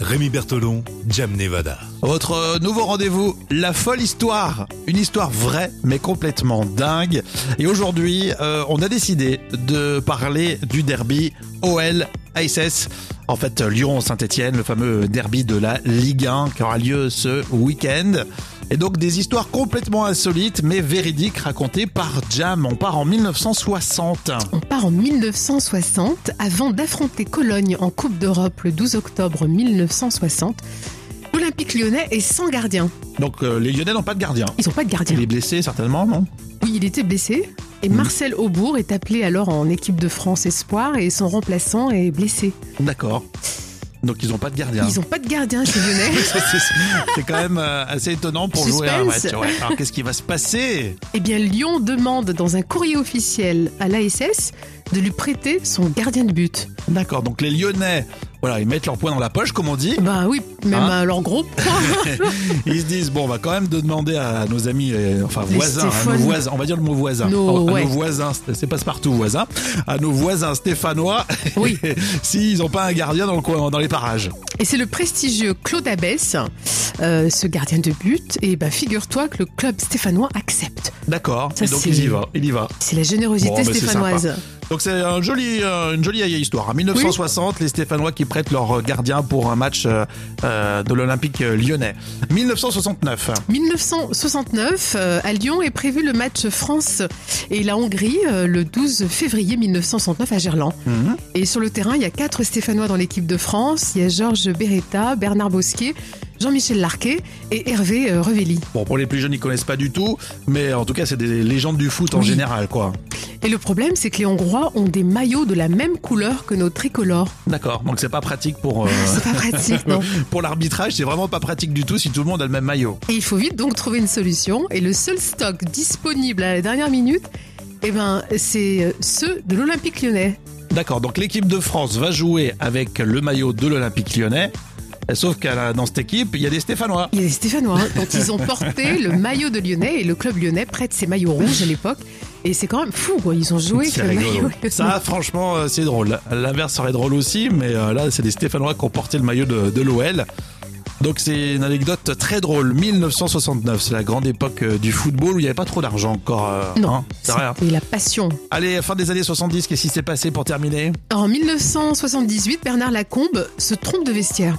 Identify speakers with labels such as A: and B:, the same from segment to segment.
A: Rémi Bertolon, Jam Nevada.
B: Votre euh, nouveau rendez-vous, la folle histoire. Une histoire vraie mais complètement dingue. Et aujourd'hui, euh, on a décidé de parler du derby OL ISS. En fait, Lyon-Saint-Etienne, le fameux derby de la Ligue 1 qui aura lieu ce week-end. Et donc des histoires complètement insolites mais véridiques racontées par Jam. On part en 1960.
C: On part en 1960 avant d'affronter Cologne en Coupe d'Europe le 12 octobre 1960. L'Olympique lyonnais est sans gardien.
B: Donc euh, les Lyonnais n'ont pas de gardien.
C: Ils n'ont pas de gardien.
B: Il est blessé certainement, non
C: Oui, il était blessé. Et Marcel Aubourg est appelé alors en équipe de France Espoir et son remplaçant est blessé.
B: D'accord. Donc ils n'ont pas de gardien.
C: Ils n'ont pas de gardien chez Lyonnais.
B: Ça, c'est- C'est quand même euh, assez étonnant pour jouer à un match.
C: Suspense.
B: ouais. Alors qu'est-ce qui va se passer
C: Eh bien, Lyon demande dans un courrier officiel à l'ASS de lui prêter son gardien de but.
B: D'accord, donc les Lyonnais, voilà, ils mettent leur poing dans la poche, comme on dit.
C: Bah oui, même
B: Hein
C: à leur gros point.
B: Ils se disent bon, on va quand même de demander à nos amis, euh, enfin
C: Les
B: voisins, à nos
C: Stéphanes.
B: voisins, on va dire le mot voisin,
C: Nos-
B: à
C: ouais.
B: nos voisins, c'est passe-partout voisins, à nos voisins stéphanois,
C: Oui.
B: s'ils n'ont pas un gardien dans le coin, dans les parages.
C: Et c'est le prestigieux Claude Abès, euh, ce gardien de but. Et bah, figure-toi que le club stéphanois accepte.
B: D'accord.
C: Ça,
B: Et donc
C: c'est-
B: il y va, il y va.
C: C'est la générosité
B: Bon, bah, c'est
C: stéphanoise.
B: sympa. Donc c'est un joli, euh, une jolie histoire. En 1960, les Stéphanois qui prêtent leur euh, gardien pour un match euh, euh, de l'Olympique lyonnais. 1969.
C: 1969, euh, à Lyon est prévu le match France et la Hongrie euh, le 12 février 1969 à Gerland.
B: Mhm.
C: Et sur le terrain, il y a quatre Stéphanois dans l'équipe de France. Il y a Georges Beretta, Bernard Bosquet, Jean-Michel Larquet et Hervé euh, Revelli.
B: Bon, pour les plus jeunes, ils connaissent pas du tout, mais en tout cas, c'est des légendes du foot en
C: Oui.
B: général, quoi.
C: Et le problème, c'est que les Hongrois ont des maillots de la même couleur que nos tricolores.
B: D'accord. Donc c'est pas pratique pour euh,
C: C'est pas pratique, non
B: pour l'arbitrage, c'est vraiment pas pratique du tout si tout le monde a le même maillot.
C: Et il faut vite donc trouver une solution. Et le seul stock disponible à la dernière minute, eh ben, c'est euh, ceux de l'Olympique lyonnais.
B: D'accord. Donc l'équipe de France va jouer avec le maillot de l'Olympique Lyonnais. Sauf qu'à la- dans cette équipe, il y a des Stéphanois.
C: Il y a des Stéphanois, hein, donc ils ont porté le maillot de lyonnais et le club lyonnais prête ses maillots rouges à l'époque. Et c'est quand même fou, quoi. Ils ont joué avec
B: C'est
C: le
B: rigolo.
C: maillot lyonnais.
B: Ça, franchement, euh, c'est drôle. L'inverse serait drôle aussi, mais euh, là, c'est des Stéphanois qui ont porté le maillot de, de l'OL. Donc c'est une anecdote très drôle. 1969, c'est la grande époque euh, du football où il n'y avait pas trop d'argent encore. euh,
C: Non,
B: hein, c'est vrai. hein.
C: et la passion.
B: Allez, fin des années 70, qu'est-ce qui s'est passé pour terminer
C: En 1978, Bernard Lacombe se trompe de vestiaire.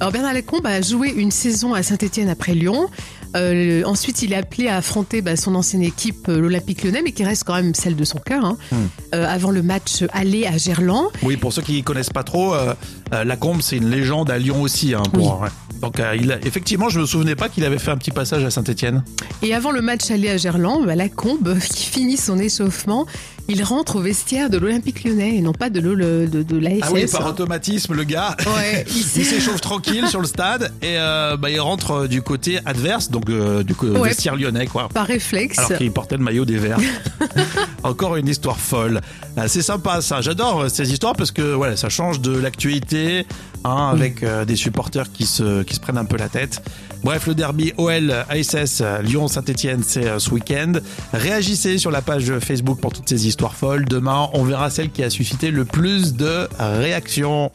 C: Alors Bernard Lacombe a joué une saison à Saint-Etienne après Lyon. Euh, le- ensuite, il est appelé à affronter bah, son ancienne équipe, euh, l'Olympique lyonnais, mais qui reste quand même celle de son cœur, hein.
B: Hmm.
C: Euh, avant le match aller à Gerland.
B: Oui, pour ceux qui ne connaissent pas trop, euh, euh, Lacombe, c'est une légende à Lyon aussi. hein, pour- ouais. Donc euh, il a- effectivement, je me souvenais pas qu'il avait fait un petit passage à Saint-Etienne.
C: Et avant le match aller à Gerland, bah, Lacombe, qui finit son échauffement, il rentre au vestiaire de l'Olympique lyonnais et non pas de l'O- de, de l'ASS.
B: Ah oui, par automatisme, le gars.
C: Ouais, il
B: Il
C: s'est-
B: s'échauffe tranquille sur le stade et euh, bah, il rentre euh, du côté adverse, donc euh, du côté
C: Ouais.
B: vestiaire lyonnais, quoi.
C: par réflexe.
B: Alors qu'il portait le maillot des Verts. Encore une histoire folle. Ah, C'est sympa ça. J'adore euh, ces histoires parce que voilà, ça change de l'actualité hein, avec euh, des supporters qui se, qui se prennent un peu la tête. Bref, le derby OL ISS Lyon-Saint-Etienne, c'est euh, ce week-end. Réagissez sur la page Facebook pour toutes ces histoires folles. Demain, on verra celle qui a suscité le plus de réactions.